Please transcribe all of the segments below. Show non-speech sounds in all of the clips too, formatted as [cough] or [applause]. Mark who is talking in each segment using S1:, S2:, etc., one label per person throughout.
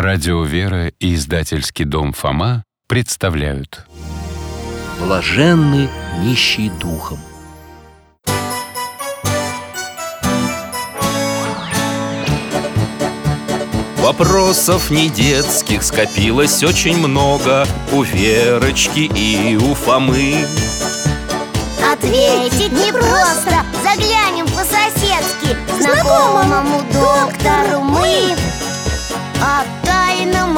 S1: Радио «Вера» и издательский дом «Фома» представляют
S2: Блаженны нищие духом.
S3: Вопросов не детских скопилось очень много У Верочки и у Фомы
S4: Ответить непросто Заглянем по-соседски Знакомому доктору мы О тайном,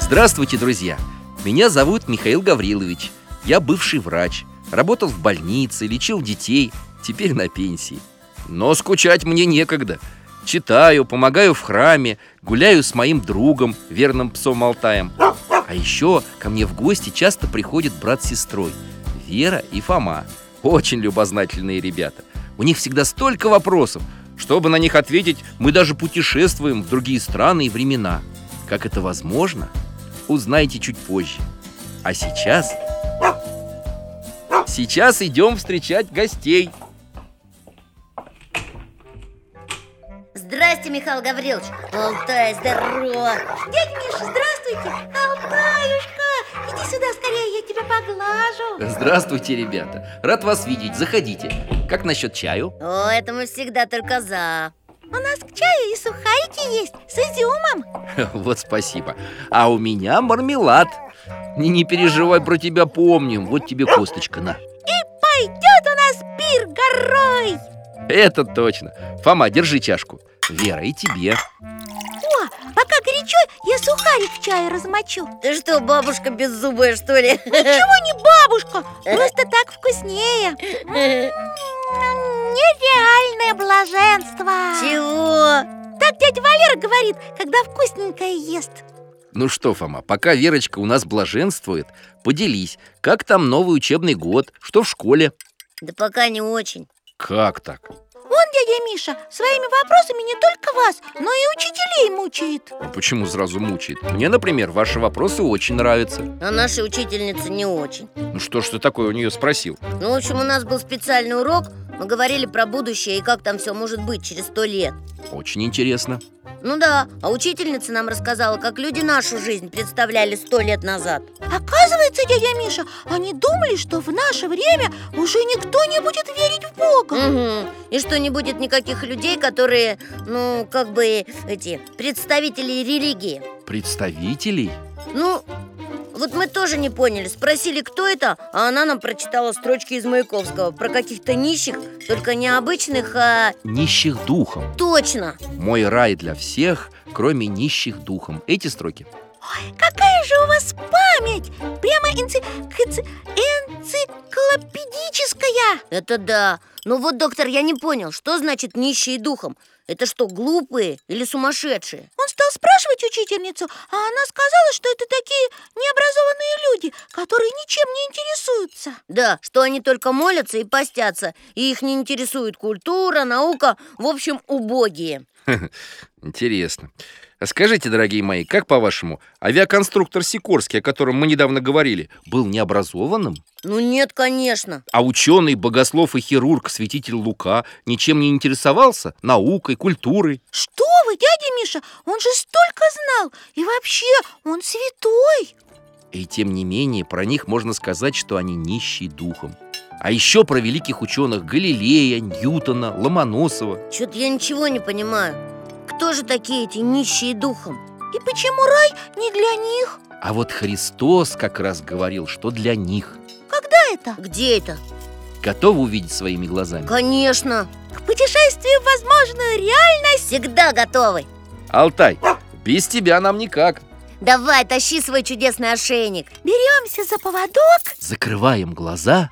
S3: Здравствуйте, друзья! Меня зовут Михаил Гаврилович. Я бывший врач. Работал в больнице, лечил детей. Теперь на пенсии. Но скучать мне некогда. Читаю, помогаю в храме, гуляю с моим другом, верным псом Алтаем. А еще ко мне в гости часто приходит брат с сестрой. Вера и Фома. Очень любознательные ребята. У них всегда столько вопросов. Чтобы на них ответить, мы даже путешествуем в другие страны и времена. Как это возможно, узнаете чуть позже. А сейчас... Сейчас идем встречать гостей.
S4: Здрасте, Михаил Гаврилович Алтай, здорово
S5: Дядя Миша, здравствуйте! Алтаюшка, иди сюда скорее, я тебя поглажу
S3: Здравствуйте, ребята. Рад вас видеть. Заходите. Как насчет чаю? [laughs]
S4: О, это мы всегда только за
S5: У нас к чаю и сухарики есть с изюмом
S3: Вот спасибо. А у меня мармелад. Не, не переживай про тебя, помним. Вот тебе косточка, на.
S5: Пойдет у нас пир горой
S3: Это точно. Фома, держи чашку. Вера, и тебе.
S5: О, пока горячо, я сухарик в чае размочу
S4: Ты что, бабушка беззубая, что
S5: [laughs]
S4: ли?
S5: Чего не бабушка, просто так вкуснее М, Нереальное блаженство
S4: Чего?
S5: Так дядя Валера говорит, когда вкусненькое ест
S3: Ну что, Фома, пока Верочка у нас блаженствует, поделись, как там новый учебный год, что в школе?
S4: Да пока не очень
S3: Как так?
S5: Он, дядя Миша, своими вопросами не только вас, но и учителей мучает
S3: А почему сразу мучает? Мне, например, ваши вопросы очень нравятся.
S4: А наша учительница не очень
S3: Ну что ж ты такое у нее спросил?
S4: Ну, в общем, у нас был специальный урок Мы говорили про будущее и как там все может быть через сто лет
S3: Очень интересно.
S4: Ну да, а учительница нам рассказала, как люди нашу жизнь представляли сто лет назад
S5: Оказывается, дядя Миша, они думали, что в наше время уже никто не будет верить в Бога
S4: Мгм. И что не будет никаких людей, которые, ну, как бы, эти, представители религии
S3: Представителей?
S4: Ну, вот мы тоже не поняли Спросили, кто это, а она нам прочитала строчки из Маяковского Про каких-то нищих, только необычных, а...
S3: Нищих духом.
S4: Точно!
S3: Мой рай для всех, кроме нищих духом. Эти строки.
S5: Какая же у вас память! Прямо энци... кц- энциклопедическая!
S4: Это да. Но вот, доктор, я не понял, что значит нищие духом? Это что, глупые или сумасшедшие?
S5: Он стал спрашивать учительницу, а она сказала, что это такие необразованные люди, которые ничем не интересуются
S4: Да, что они только молятся и постятся, и их не интересует культура, наука, в общем, убогие.
S3: Интересно. А Скажите, дорогие мои, как по-вашему, авиаконструктор Сикорский, о котором мы недавно говорили, был необразованным?
S4: Ну нет, конечно.
S3: А ученый, богослов и хирург, святитель Лука, ничем не интересовался наукой, культурой?
S5: Что вы, дядя Миша, он же столько знал И вообще, он святой
S3: И тем не менее, про них можно сказать, что они нищие духом. А еще про великих ученых Галилея, Ньютона, Ломоносова.
S4: Чё-то я ничего не понимаю. Кто же такие эти нищие духом?
S5: И почему рай не для них?
S3: А вот Христос как раз говорил, что для них.
S5: Когда это?
S4: Где это?
S3: Готовы увидеть своими глазами?
S4: Конечно.
S5: К путешествию в возможную реальность
S4: Всегда готовы.
S3: Алтай, без тебя нам никак.
S4: Давай, тащи свой чудесный ошейник.
S5: беремся за поводок
S3: Закрываем глаза.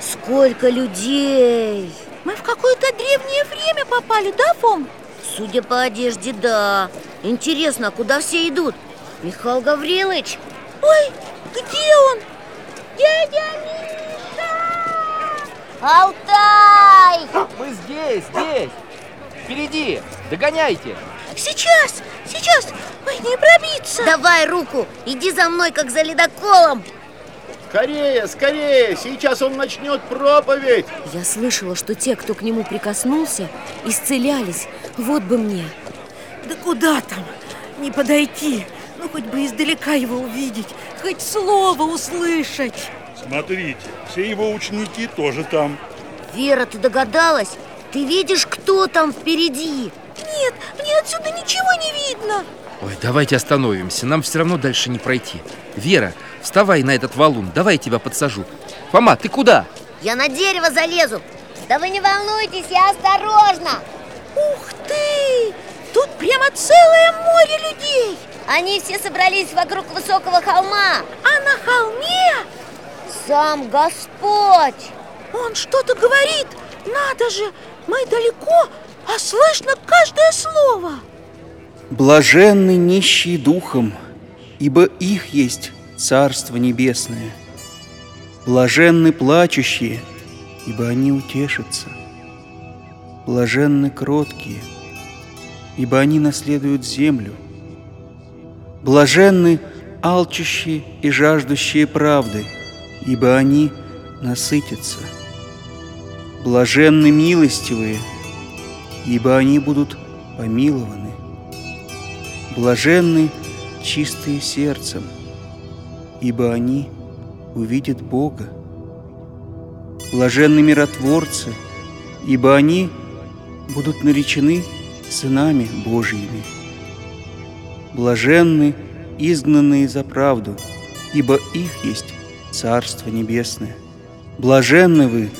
S4: Сколько людей!
S5: Мы в какое-то древнее время попали, да, Фом?
S4: Судя по одежде, да. Интересно, а куда все идут? Михаил Гаврилович?
S5: Ой, где он? Дядя
S4: Алтай!
S3: Мы здесь, здесь! Впереди! Догоняйте!
S5: Сейчас, сейчас! Ой, не пробиться!
S4: Давай руку, иди за мной, как за ледоколом
S6: Скорее, скорее! Сейчас он начнет проповедь!
S7: Я слышала, что те, кто к нему прикоснулся, исцелялись. Вот бы мне.
S5: Да куда там? Не подойти! Ну, хоть бы издалека его увидеть, хоть слово услышать!
S8: Смотрите, все его ученики тоже там.
S4: Вера, ты догадалась? Ты видишь, кто там впереди?
S5: Нет, мне отсюда ничего не видно!
S3: Ой, давайте остановимся, нам все равно дальше не пройти. Вера, вставай на этот валун, давай я тебя подсажу. Фома, ты куда?
S4: Я на дерево залезу Да вы не волнуйтесь, я осторожно
S5: Ух ты! Тут прямо целое море людей!
S4: Они все собрались вокруг высокого холма
S5: А на холме
S4: Сам Господь
S5: он что-то говорит! Надо же! Мы далеко, а слышно каждое слово!
S9: Блаженны нищие духом, ибо их есть Царство Небесное. Блаженны плачущие, ибо они утешатся. Блаженны кроткие, ибо они наследуют землю. Блаженны алчущие и жаждущие правды, ибо они насытятся. Блаженны милостивые, ибо они будут помилованы. Блаженны чистые сердцем, ибо они увидят Бога. Блаженны миротворцы, ибо они будут наречены сынами Божьими. Блаженны изгнанные за правду, ибо их есть Царство Небесное. Блаженны вы,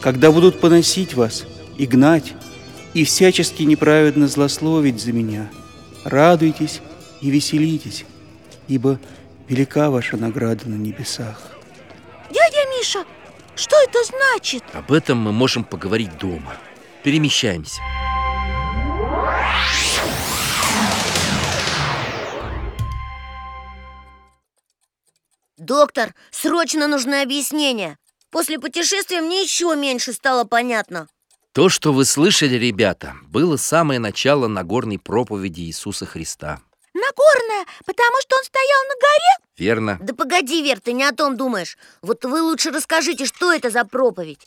S9: когда будут поносить вас и гнать, и всячески неправедно злословить за меня – радуйтесь и веселитесь, ибо велика ваша награда на небесах.
S5: Дядя Миша, что это значит?
S3: Об этом мы можем поговорить дома. Перемещаемся.
S4: Доктор, срочно нужны объяснения После путешествия мне еще меньше стало понятно
S3: То, что вы слышали, ребята, было самое начало Нагорной проповеди Иисуса Христа.
S5: Нагорная, потому что он стоял на горе?
S3: Верно?
S4: Да погоди, Вер, ты не о том думаешь Вот вы лучше расскажите, что это за проповедь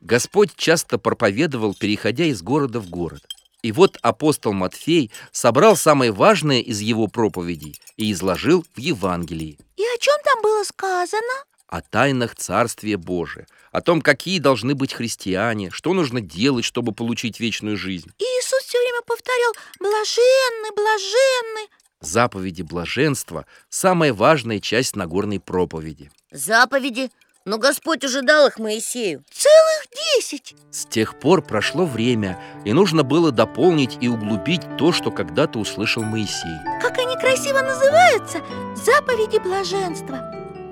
S3: Господь часто проповедовал, переходя из города в город. И вот апостол Матфей собрал самое важное из его проповедей и изложил в Евангелии
S5: И о чем там было сказано?
S3: о тайнах Царствия Божия, о том, какие должны быть христиане, что нужно делать, чтобы получить вечную жизнь.
S5: И Иисус все время повторял «блаженны, блаженны».
S3: Заповеди блаженства – самая важная часть Нагорной проповеди.
S4: Заповеди но Господь уже дал их Моисею
S5: Целых десять!
S3: С тех пор прошло время, и нужно было дополнить и углубить то, что когда-то услышал Моисей.
S5: Как они красиво называются? Заповеди блаженства.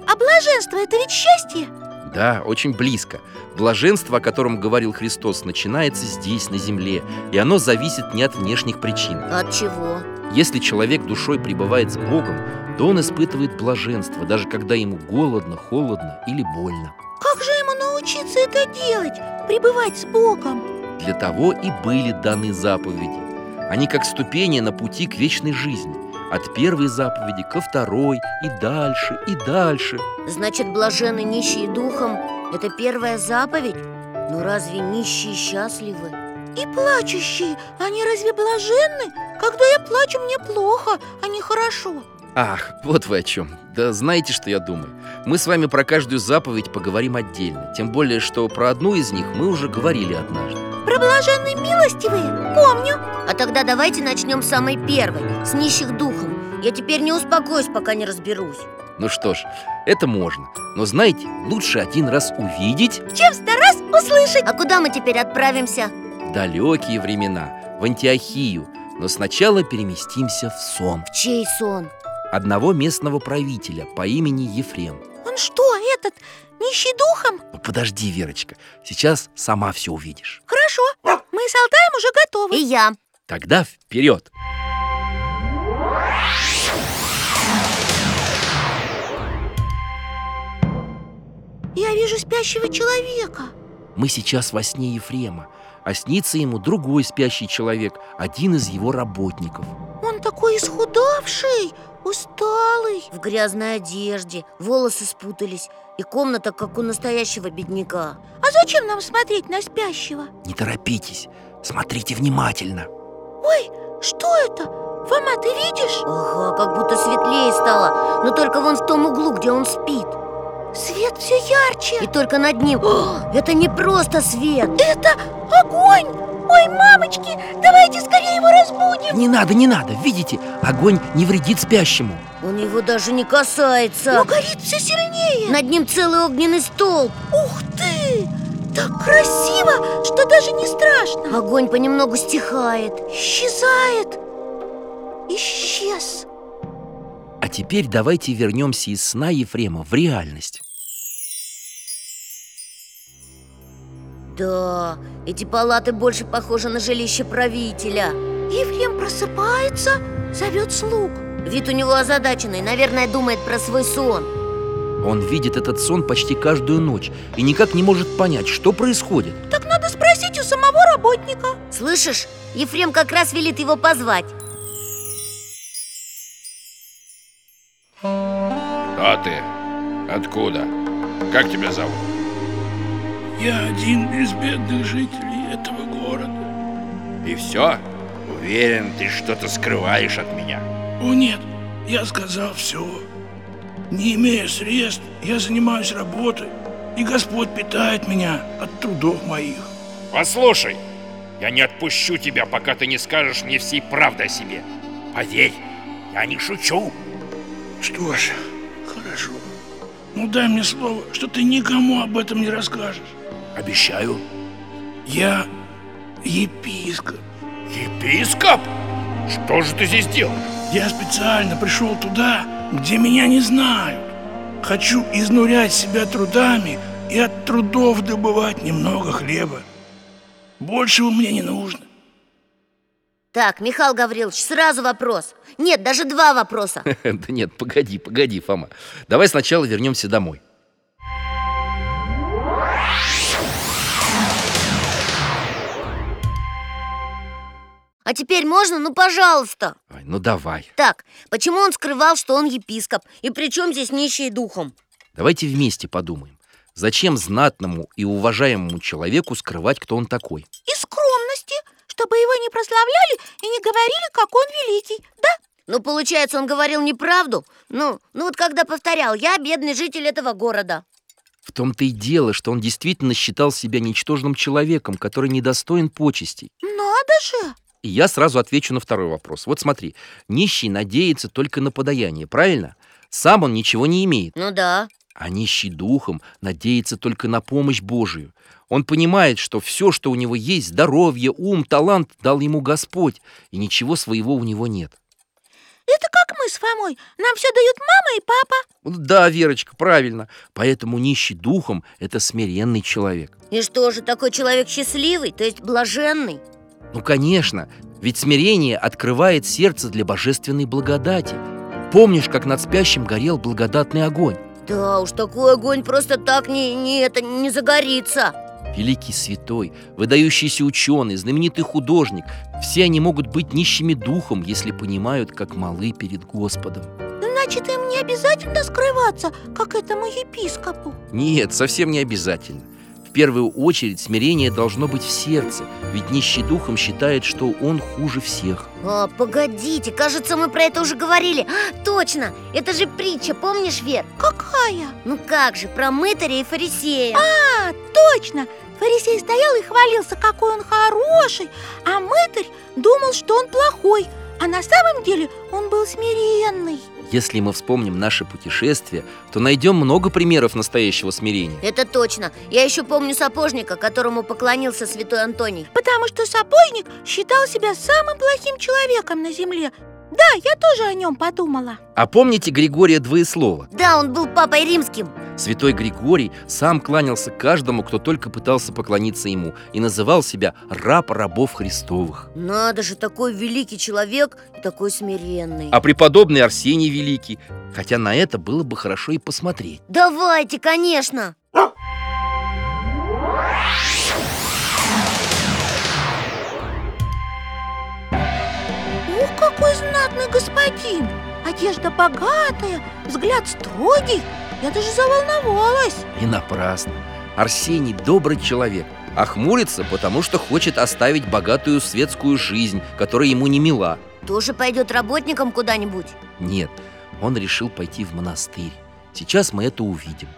S5: А блаженство – это ведь счастье?
S3: Да, очень близко. Блаженство, о котором говорил Христос, начинается здесь, на земле, и оно зависит не от внешних причин.
S4: От чего?
S3: Если человек душой пребывает с Богом, то он испытывает блаженство, даже когда ему голодно, холодно или больно.
S5: Как же ему научиться это делать? Пребывать с Богом?
S3: Для того и были даны заповеди. Они как ступени на пути к вечной жизни. От первой заповеди ко второй, и дальше, и дальше.
S4: Значит, блажены нищие духом – это первая заповедь? Ну разве нищие счастливы?
S5: И плачущие, они разве блаженны? Когда я плачу, мне плохо, а не хорошо.
S3: Ах, вот вы о чем. Да знаете, что я думаю. Мы с вами про каждую заповедь поговорим отдельно. Тем более, что про одну из них мы уже говорили однажды.
S5: Про блаженные милостивые помню.
S4: А тогда давайте начнем с самой первой, с нищих духом Я теперь не успокоюсь, пока не разберусь
S3: Ну что ж, это можно. Но знаете, лучше один раз увидеть
S5: Чем сто раз услышать?
S4: А куда мы теперь отправимся?
S3: в далекие времена, в Антиохию. Но сначала переместимся в сон
S4: В чей сон?
S3: одного местного правителя по имени Ефрем.
S5: Он что, этот Нищий духом?
S3: Ну, подожди, Верочка, сейчас сама все увидишь.
S5: Хорошо, мы с Алтаем уже готовы
S4: И я.
S3: Тогда вперед!
S5: Я вижу спящего человека
S3: Мы сейчас во сне Ефрема, а снится ему другой спящий человек, один из его работников.
S5: Он такой исхудавший, усталый
S4: В грязной одежде, волосы спутались, и комната, как у настоящего бедняка.
S5: А зачем нам смотреть на спящего?
S3: Не торопитесь, смотрите внимательно.
S5: Ой, что это? Фома, ты видишь?
S4: Ага, как будто светлее стало, но только вон в том углу, где он спит.
S5: Свет все ярче
S4: И только над ним. О, это не просто свет.
S5: Это огонь! Ой, мамочки, давайте скорее его разбудим
S3: Не надо, не надо, видите, огонь не вредит спящему.
S4: Он его даже не касается.
S5: Но горит все сильнее
S4: Над ним целый огненный столб.
S5: Ух ты! Так красиво, что даже не страшно
S4: Огонь понемногу стихает.
S5: Исчезает Исчез
S3: А теперь давайте вернемся из сна Ефрема в реальность.
S4: Да, эти палаты больше похожи на жилище правителя.
S5: Ефрем просыпается, зовет слуг
S4: Вид у него озадаченный, наверное, думает про свой сон.
S3: Он видит этот сон почти каждую ночь и никак не может понять, что происходит. [laughs]
S5: Так надо спросить у самого работника
S4: Слышишь? Ефрем как раз велит его позвать.
S10: А ты? Откуда? Как тебя зовут?
S8: Я один из бедных жителей этого города.
S10: И все? Уверен, ты что-то скрываешь от меня.
S8: О нет, я сказал все. Не имея средств, я занимаюсь работой, и Господь питает меня от трудов моих.
S10: Послушай, я не отпущу тебя, пока ты не скажешь мне всей правды о себе. Поверь, я не шучу.
S8: Что ж, хорошо. Ну дай мне слово, что ты никому об этом не расскажешь.
S10: Обещаю.
S8: Я епископ.
S10: Епископ? Что же ты здесь делал?
S8: Я специально пришел туда, где меня не знают. Хочу изнурять себя трудами и от трудов добывать немного хлеба. Большего мне не нужно.
S4: Так, Михаил Гаврилович, сразу вопрос. Нет, даже два вопроса.
S3: Да нет, погоди, погоди, Фома. Давай сначала вернемся домой.
S4: А теперь можно? Ну, пожалуйста.
S3: Ай, ну давай.
S4: Так, почему он скрывал, что он епископ? И при чем здесь нищий духом?
S3: Давайте вместе подумаем. Зачем знатному и уважаемому человеку скрывать, кто он такой?
S5: и скромности, чтобы его не прославляли и не говорили, как он великий. Да?
S4: Ну, получается, он говорил неправду? Ну, ну вот когда повторял, я бедный житель этого города.
S3: В том-то и дело, что он действительно считал себя ничтожным человеком, который недостоин почестей.
S5: Надо же!
S3: И я сразу отвечу на второй вопрос. Вот смотри, нищий надеется только на подаяние, правильно? Сам он ничего не имеет,
S4: Ну да.
S3: а нищий духом надеется только на помощь Божию. Он понимает, что все, что у него есть, здоровье, ум, талант, дал ему Господь, и ничего своего у него нет.
S5: Это как мы с Фомой. Нам все дают мама и папа.
S3: Ну Да, Верочка, правильно. Поэтому нищий духом – это смиренный человек.
S4: И что же, такой человек счастливый, то есть блаженный?
S3: Ну, конечно, ведь смирение открывает сердце для божественной благодати. Помнишь, как над спящим горел благодатный огонь?
S4: Да уж, такой огонь просто так не, не, это, не загорится.
S3: Великий святой, выдающийся ученый, знаменитый художник – все они могут быть нищими духом, если понимают, как малы перед Господом.
S5: Значит, им не обязательно скрываться, как этому епископу.
S3: Нет, совсем не обязательно. В первую очередь смирение должно быть в сердце, ведь нищий духом считает, что он хуже всех.
S4: А, погодите, кажется, мы про это уже говорили. А, точно, это же притча, помнишь, Вер?
S5: Какая?
S4: Ну как же, про мытаря и фарисея.
S5: А, точно! Фарисей стоял и хвалился, какой он хороший, а мытарь думал, что он плохой, а на самом деле он был смиренный.
S3: Если мы вспомним наше путешествие, то найдем много примеров настоящего смирения.
S4: Это точно. Я еще помню сапожника, которому поклонился святой Антоний.
S5: Потому что сапожник считал себя самым плохим человеком на земле. Да, я тоже о нем подумала.
S3: А помните Григория Двоеслова?
S4: Да, он был папой римским.
S3: Святой Григорий сам кланялся каждому, кто только пытался поклониться ему, и называл себя раб рабов Христовых.
S4: Надо же, такой великий человек и такой смиренный.
S3: А преподобный Арсений Великий, хотя на это было бы хорошо и посмотреть.
S4: Давайте, конечно.
S5: Ух, какой знатный господин! Одежда богатая, взгляд строгий. Я даже заволновалась.
S3: И напрасно. Арсений добрый человек, а хмурится, потому что хочет оставить богатую светскую жизнь, которая ему не мила.
S4: Тоже пойдет работником куда-нибудь?
S3: Нет, он решил пойти в монастырь. Сейчас мы это увидим.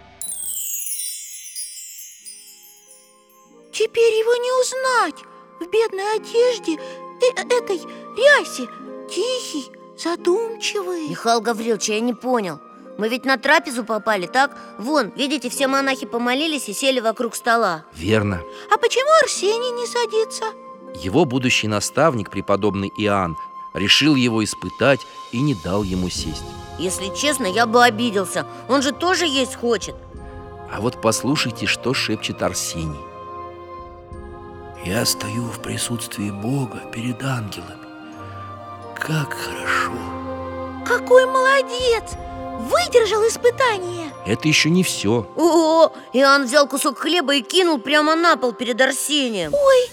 S5: Теперь его не узнать. В бедной одежде и этой рясе. Тихий, задумчивый.
S4: Михаил Гаврилович, я не понял. Мы ведь на трапезу попали, так? Вон, видите, все монахи помолились и сели вокруг стола.
S3: Верно.
S5: А почему Арсений не садится?
S3: Его будущий наставник, преподобный Иоанн, решил его испытать и не дал ему сесть.
S4: Если честно, я бы обиделся. Он же тоже есть хочет.
S3: А вот послушайте, что шепчет Арсений.
S11: Я стою в присутствии Бога перед ангелами. Как хорошо!
S5: Какой молодец! Выдержал испытание.
S3: Это еще не все.
S4: О, Иоанн взял кусок хлеба и кинул прямо на пол перед Арсением.
S5: Ой,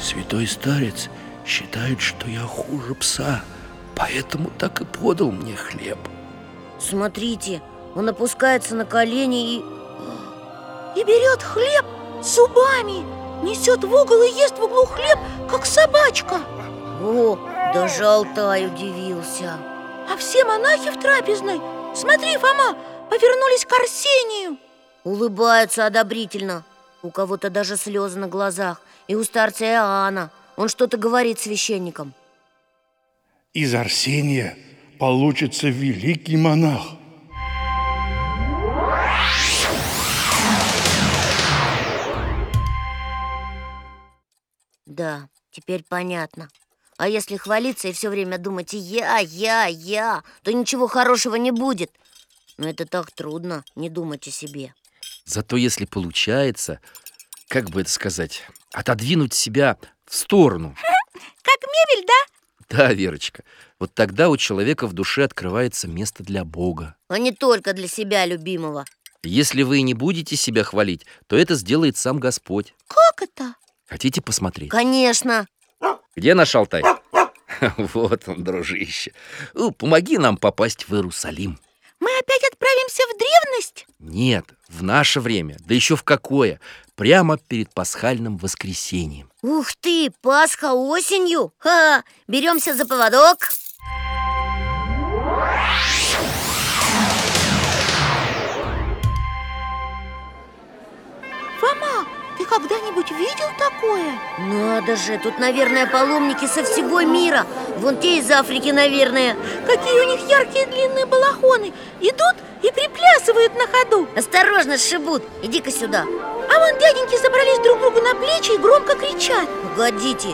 S11: Святой старец считает, что я хуже пса, поэтому так и подал мне хлеб.
S4: Смотрите, он опускается на колени и...
S5: и берет хлеб зубами. Несет в угол и ест в углу хлеб, как собачка.
S4: О, даже Алтай удивился.
S5: А все монахи в трапезной, смотри, Фома, повернулись к Арсению.
S4: Улыбаются одобрительно. У кого-то даже слезы на глазах. И у старца Иоанна. Он что-то говорит священникам.
S8: Из Арсения получится великий монах.
S4: Да, теперь понятно. А если хвалиться и все время думать «я, я, я», то ничего хорошего не будет. Но это так трудно, не думать о себе.
S3: Зато если получается, как бы это сказать, отодвинуть себя в сторону.
S5: [laughs] Как мебель, да?
S3: Да, Верочка, вот тогда у человека в душе открывается место для Бога.
S4: А не только для себя любимого.
S3: Если вы и не будете себя хвалить, то это сделает сам Господь.
S5: Как это?
S3: Хотите посмотреть?
S4: Конечно.
S3: Где наш Алтай? [laughs] Вот он, дружище. У, Помоги нам попасть в Иерусалим.
S5: Мы опять отправимся в древность?
S3: Нет, в наше время, да еще в какое, прямо перед пасхальным воскресеньем.
S4: Ух ты, Пасха осенью! Ха, беремся за поводок.
S5: Фома, ты когда-нибудь видел такое?
S4: Надо же, тут, наверное, паломники со всего мира. Вон те из Африки, наверное.
S5: Какие у них яркие длинные балахоны Идут и приплясывают на ходу
S4: Осторожно, шибут. Иди-ка сюда.
S5: А вон дяденьки забрались друг другу на плечи и громко кричат
S4: Погодите,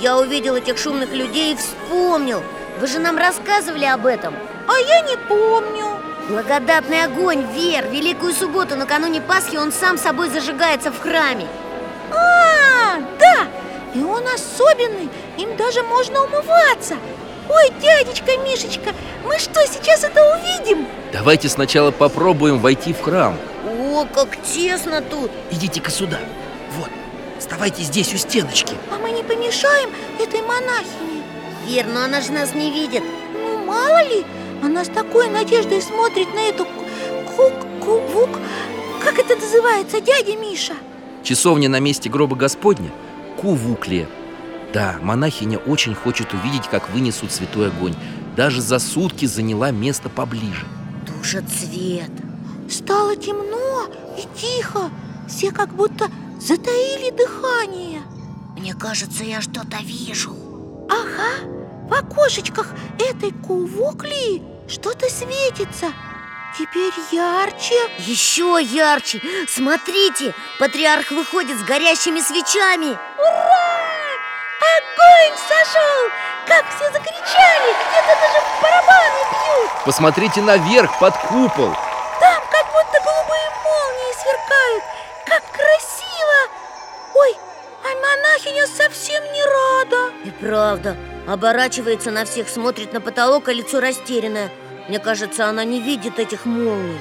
S4: я увидел этих шумных людей и вспомнил. Вы же нам рассказывали об этом.
S5: А я не помню
S4: Благодатный огонь, Вер, Великую Субботу накануне Пасхи он сам собой зажигается в храме.
S5: А, да, и он особенный, им даже можно умываться Ой, дядечка Мишечка, мы что, сейчас это увидим?
S3: Давайте сначала попробуем войти в храм.
S4: О, как тесно тут!
S3: Идите-ка сюда. Вот, вставайте здесь у стеночки.
S5: А мы не помешаем этой монахине?
S4: Вер, но она же нас не видит.
S5: Ну, мало ли, она с такой надеждой смотрит на эту кук кубук Как это называется, дядя Миша?
S3: Часовня на месте гроба Господня – Кувукле. Да, монахиня очень хочет увидеть, как вынесут святой огонь. Даже за сутки заняла место поближе.
S4: Душа цвет.
S5: Стало темно и тихо Все как будто затаили дыхание
S4: Мне кажется, я что-то вижу.
S5: Ага, в окошечках этой кувукли что-то светится Теперь ярче
S4: Еще ярче! Смотрите! Патриарх выходит с горящими свечами.
S5: Ура! Огонь сошел! Как все закричали! Где-то даже барабаны бьют!
S3: Посмотрите наверх, под купол.
S5: Там как будто сверкают, как красиво! Ой, а монахиня совсем не рада
S4: И правда, оборачивается на всех, смотрит на потолок, а лицо растерянное Мне кажется, она не видит этих молний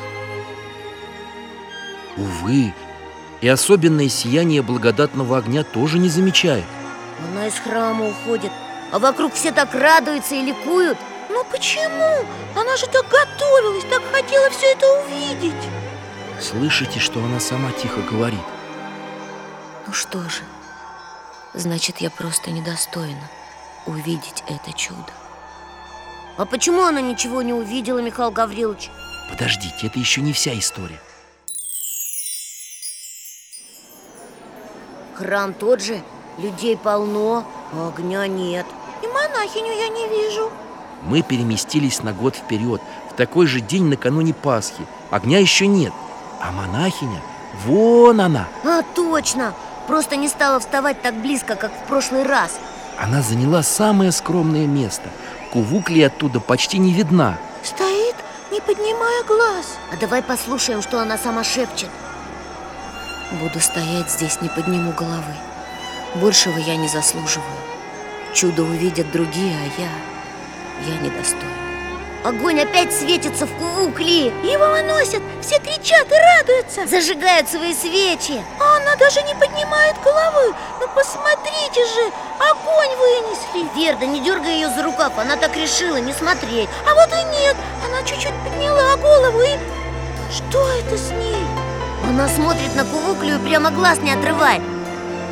S3: Увы, и особенное сияние благодатного огня тоже не замечает.
S4: Она из храма уходит, а вокруг все так радуются и ликуют
S5: Ну почему? Она же так готовилась, так хотела все это увидеть
S3: Слышите, что она сама тихо говорит?
S7: Ну что же, значит, я просто недостойна увидеть это чудо.
S4: А почему она ничего не увидела, Михаил Гаврилович?
S3: Подождите, это еще не вся история.
S4: Храм тот же, людей полно, а огня нет
S5: И монахиню я не вижу
S3: Мы переместились на год вперед, в такой же день накануне Пасхи. Огня еще нет, а монахиня, вон она.
S4: А, точно! Просто не стала вставать так близко, как в прошлый раз
S3: Она заняла самое скромное место. Кувукли оттуда почти не видна.
S5: Стоит, не поднимая глаз
S4: А давай послушаем, что она сама шепчет
S7: Буду стоять здесь, не подниму головы. Большего я не заслуживаю. Чудо увидят другие, а я... Я недостойна.
S4: Огонь опять светится в кувукле
S5: Его выносят, все кричат и радуются
S4: Зажигают свои свечи
S5: А она даже не поднимает головы Ну посмотрите же, огонь вынесли
S4: Верда, не дергай ее за рукав, она так решила не смотреть
S5: А вот и нет, она чуть-чуть подняла голову и... Что это с ней?
S4: Она смотрит на кувуклю и прямо глаз не отрывает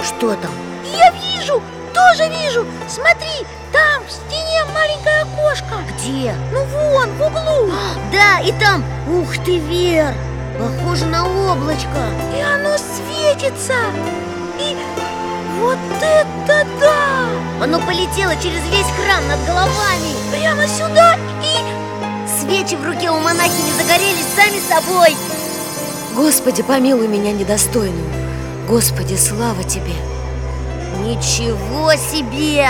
S4: Что там?
S5: Я вижу, тоже вижу Смотри, там в стене маленькое окошко
S4: Где?
S5: Ну вон, в углу
S4: Да, и там, ух ты, Вер Похоже на облачко
S5: И оно светится И вот это да!
S4: Оно полетело через весь храм над головами
S5: Прямо сюда и...
S4: Свечи в руке у монахини загорелись сами собой
S7: Господи, помилуй меня недостойную. Господи, слава Тебе.
S4: Ничего себе!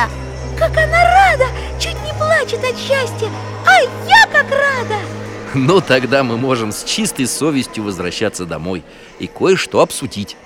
S5: Как она рада! Чуть не плачет от счастья А я как рада!
S3: Но тогда мы можем с чистой совестью возвращаться домой и кое-что обсудить.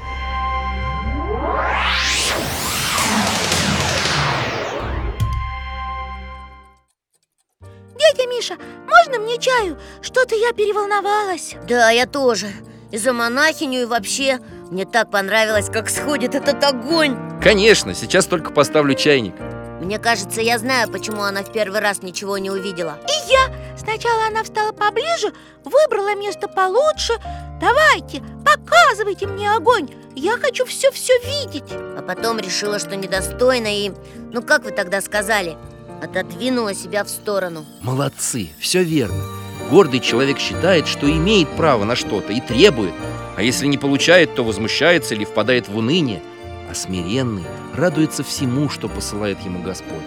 S5: Дядя Миша, можно мне чаю? Что-то я переволновалась
S4: Да, я тоже И за монахиню, и вообще Мне так понравилось, как сходит этот огонь
S3: Конечно, сейчас только поставлю чайник.
S4: Мне кажется, я знаю, почему она в первый раз ничего не увидела
S5: И я! Сначала она встала поближе, выбрала место получше Давайте, показывайте мне огонь Я хочу все-все видеть
S4: А потом решила, что недостойна и... Ну как вы тогда сказали? Отодвинула себя в сторону
S3: Молодцы, все верно. Гордый человек считает, что имеет право на что-то и требует, а если не получает, то возмущается или впадает в уныние. А смиренный радуется всему, что посылает ему Господь.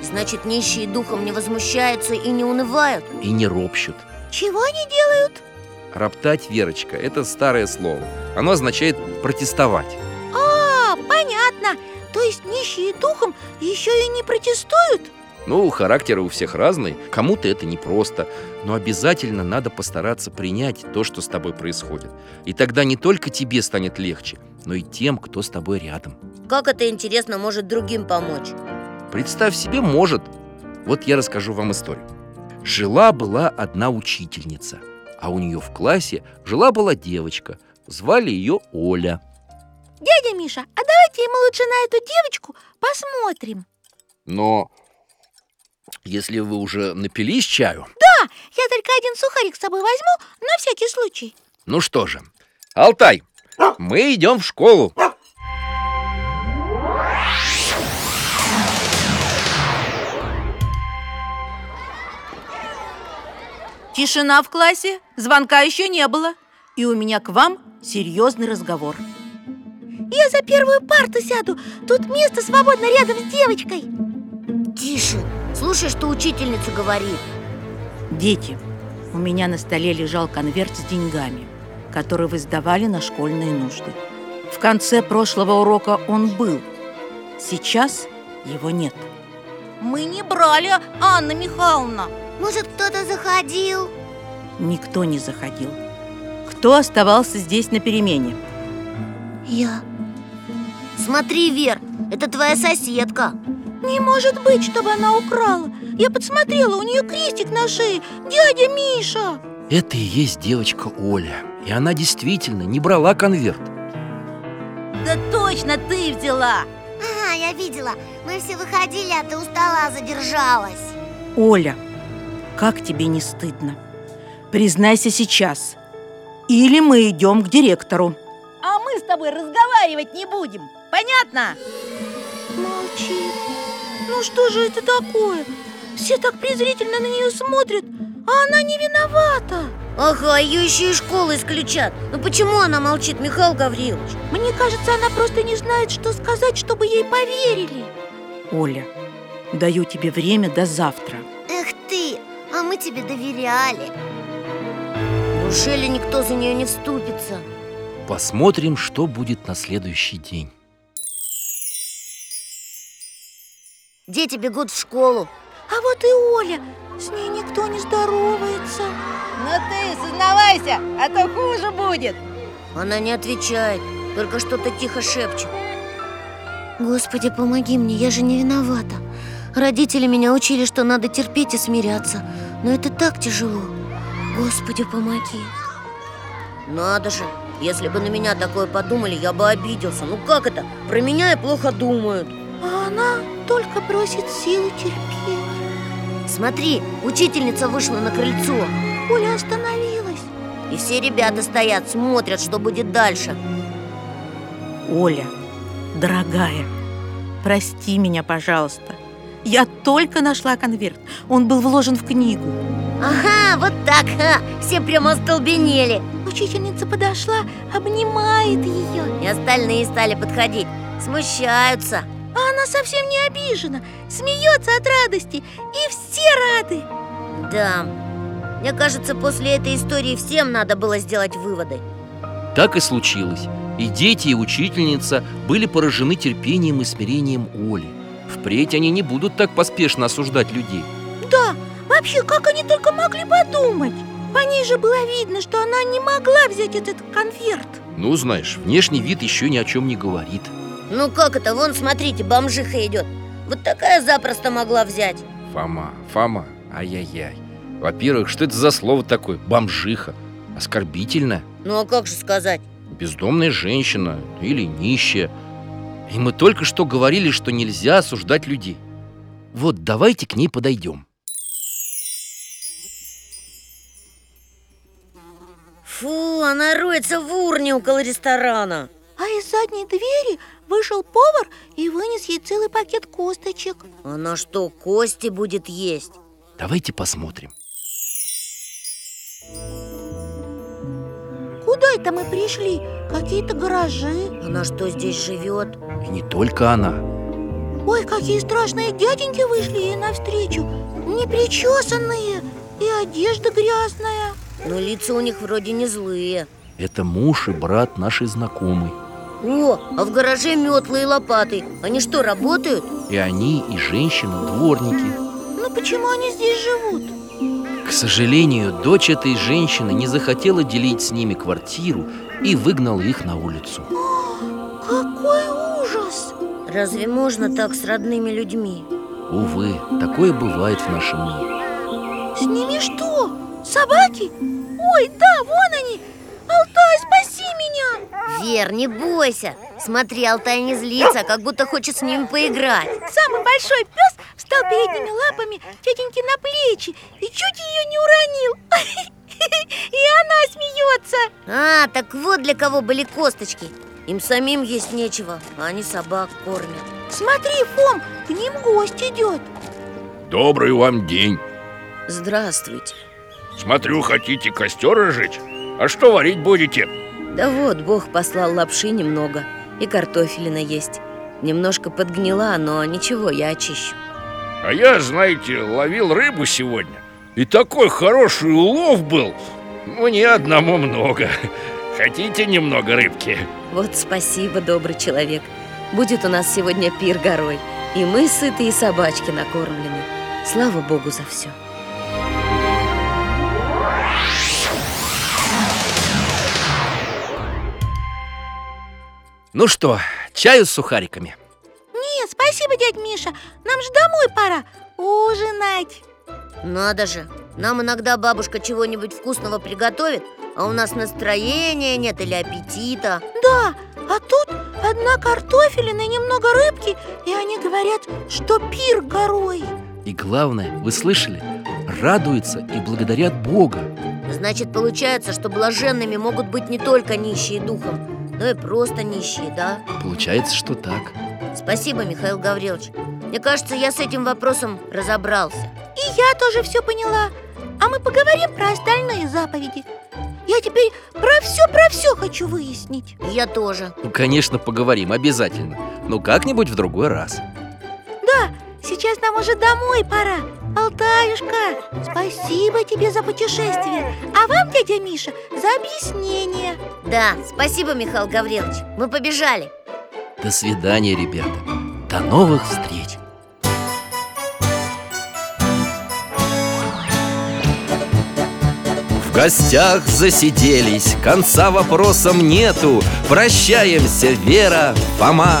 S4: Значит, нищие духом не возмущаются и не унывают
S3: И не ропщут.
S5: Чего они делают?
S3: Роптать, Верочка, это старое слово. Оно означает протестовать.
S5: А, понятно То есть нищие духом еще и не протестуют?
S3: Ну, характеры у всех разные, кому-то это непросто, но обязательно надо постараться принять то, что с тобой происходит. И тогда не только тебе станет легче, но и тем, кто с тобой рядом.
S4: Как это, интересно, может другим помочь?
S3: Представь себе, может. Вот я расскажу вам историю. Жила-была одна учительница, а у нее в классе жила-была девочка. Звали ее Оля.
S5: Дядя Миша, а давайте мы лучше на эту девочку посмотрим
S10: Но если вы уже напились чаю,
S5: Да, я только один сухарик с собой возьму на всякий случай
S10: ну что же, Алтай, мы идем в школу.
S12: Тишина в классе, звонка еще не было. И у меня к вам серьезный разговор.
S5: Я за первую парту сяду, тут место свободно рядом с девочкой
S4: Тише, слушай, что учительница говорит
S12: Дети, у меня на столе лежал конверт с деньгами, который вы сдавали на школьные нужды. В конце прошлого урока он был. Сейчас его нет.
S5: Мы не брали, Анна Михайловна
S4: Может, кто-то заходил?
S12: Никто не заходил. Кто оставался здесь на перемене?
S4: Я. Смотри, Вер, это твоя соседка.
S5: Не может быть, чтобы она украла. Я подсмотрела, у нее крестик на шее. Дядя Миша!
S3: Это и есть девочка Оля. И она действительно не брала конверт.
S12: Да точно ты взяла!
S4: Ага, я видела. Мы все выходили, а ты устала, задержалась.
S12: Оля, как тебе не стыдно? Признайся сейчас. Или мы идем к директору.
S5: А мы с тобой разговаривать не будем. Понятно? Молчи. Ну что же это такое? Все так презрительно на нее смотрят, а она не виновата.
S4: Ага, ее еще и школы исключат. Ну почему она молчит, Михаил Гаврилович?
S5: Мне кажется, она просто не знает, что сказать, чтобы ей поверили.
S12: Оля, даю тебе время до завтра.
S4: Эх ты, а мы тебе доверяли. Неужели никто за нее не вступится?
S3: Посмотрим, что будет на следующий день.
S4: Дети бегут в школу.
S5: А вот и Оля. С ней никто не здоровается.
S13: Ну ты сознавайся, а то хуже будет.
S4: Она не отвечает, только что-то тихо шепчет. Господи, помоги мне, я же не виновата. Родители меня учили, что надо терпеть и смиряться. Но это так тяжело. Господи, помоги. Надо же, если бы на меня такое подумали, я бы обиделся. Ну как это? Про меня и плохо думают.
S5: А она только просит силы терпеть.
S4: Смотри, учительница вышла на крыльцо.
S5: Оля остановилась.
S4: И все ребята стоят, смотрят, что будет дальше.
S12: Оля, дорогая, прости меня, пожалуйста. Я только нашла конверт. Он был вложен в книгу.
S4: Ага, вот так, ха. все прямо остолбенели.
S5: Учительница подошла, обнимает ее.
S4: И остальные стали подходить, смущаются.
S5: А она совсем не обижена, смеется от радости, и все рады.
S4: Да, мне кажется, после этой истории всем надо было сделать выводы.
S3: Так и случилось. И дети, и учительница были поражены терпением и смирением Оли. Впредь они не будут так поспешно осуждать людей.
S5: Да, Вообще, как они только могли подумать? По ней же было видно, что она не могла взять этот конверт
S3: Ну, знаешь, внешний вид еще ни о чем не говорит
S4: Ну как это? Вон, смотрите, бомжиха идет Вот такая запросто могла взять
S3: Фома, Фома, ай-яй-яй Во-первых, что это за слово такое? Бомжиха Оскорбительно
S4: Ну а как же сказать?
S3: Бездомная женщина или нищая И мы только что говорили, что нельзя осуждать людей Вот давайте к ней подойдем
S4: Фу, она роется в урне около ресторана
S5: А из задней двери вышел повар и вынес ей целый пакет косточек
S4: Она что, кости будет есть?
S3: Давайте посмотрим
S5: Куда это мы пришли? Какие-то гаражи
S4: Она что, здесь живет?
S3: И не только она
S5: Ой, какие страшные дяденьки вышли ей навстречу Непричесанные и одежда грязная
S4: но лица у них вроде не злые
S3: Это муж и брат нашей знакомой
S4: О, а в гараже метлы и лопаты Они что, работают?
S3: И они, и женщина, дворники
S5: Ну почему они здесь живут?
S3: К сожалению, дочь этой женщины не захотела делить с ними квартиру И выгнала их на улицу
S5: О, Какой ужас!
S4: Разве можно так с родными людьми?
S3: Увы, такое бывает в нашем мире
S5: С ними что? Собаки? Ой, да, вон они! Алтай, спаси меня!
S4: Вер, не бойся! Смотри, Алтай не злится, как будто хочет с ним поиграть
S5: Самый большой пес встал передними лапами тетеньки на плечи И чуть ее не уронил [laughs] И она смеется
S4: А, так вот для кого были косточки Им самим есть нечего, а они собак кормят
S5: Смотри, Фом, к ним гость идет
S10: Добрый вам день
S14: Здравствуйте
S10: Смотрю, хотите костер разжечь? А что варить будете?
S14: Да вот, Бог послал лапши немного и картофелина есть. Немножко подгнила, но ничего, я очищу.
S10: А я, знаете, ловил рыбу сегодня. И такой хороший улов был. Мне одному много. Хотите немного рыбки?
S14: Вот спасибо, добрый человек. Будет у нас сегодня пир горой. И мы сыты, и собачки накормлены. Слава Богу за все.
S3: Ну что, чаю с сухариками?
S5: Нет, спасибо, дядь Миша. Нам же домой пора ужинать.
S4: Надо же, нам иногда бабушка чего-нибудь вкусного приготовит, а у нас настроения нет или аппетита.
S5: Да, а тут одна картофелина и немного рыбки, и они говорят, что пир горой.
S3: И главное, вы слышали? Радуются и благодарят Бога.
S4: Значит, получается, что блаженными могут быть не только нищие духом, но и просто нищие, да?
S3: Получается, что так.
S4: Спасибо, Михаил Гаврилович. Мне кажется, я с этим вопросом разобрался.
S5: И я тоже все поняла. А мы поговорим про остальные заповеди. Я теперь про все, про все хочу выяснить.
S4: Я тоже.
S3: Ну, конечно, поговорим, обязательно. Но как-нибудь в другой раз.
S5: Да, сейчас нам уже домой пора. Алтаюшка, спасибо тебе за путешествие. А вам, дядя Миша, за объяснение.
S4: Да, спасибо, Михаил Гаврилович. Мы побежали.
S3: До свидания, ребята. До новых встреч. В гостях засиделись, конца вопросам нету. Прощаемся, Вера, Фома.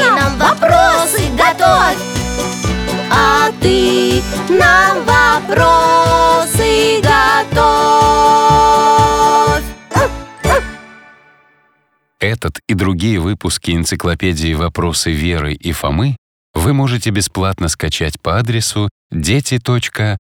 S15: нам вопросы готовь А ты нам вопросы готовь
S1: Этот и другие выпуски энциклопедии «Вопросы Веры и Фомы» вы можете бесплатно скачать по адресу дети.радиовера.ру.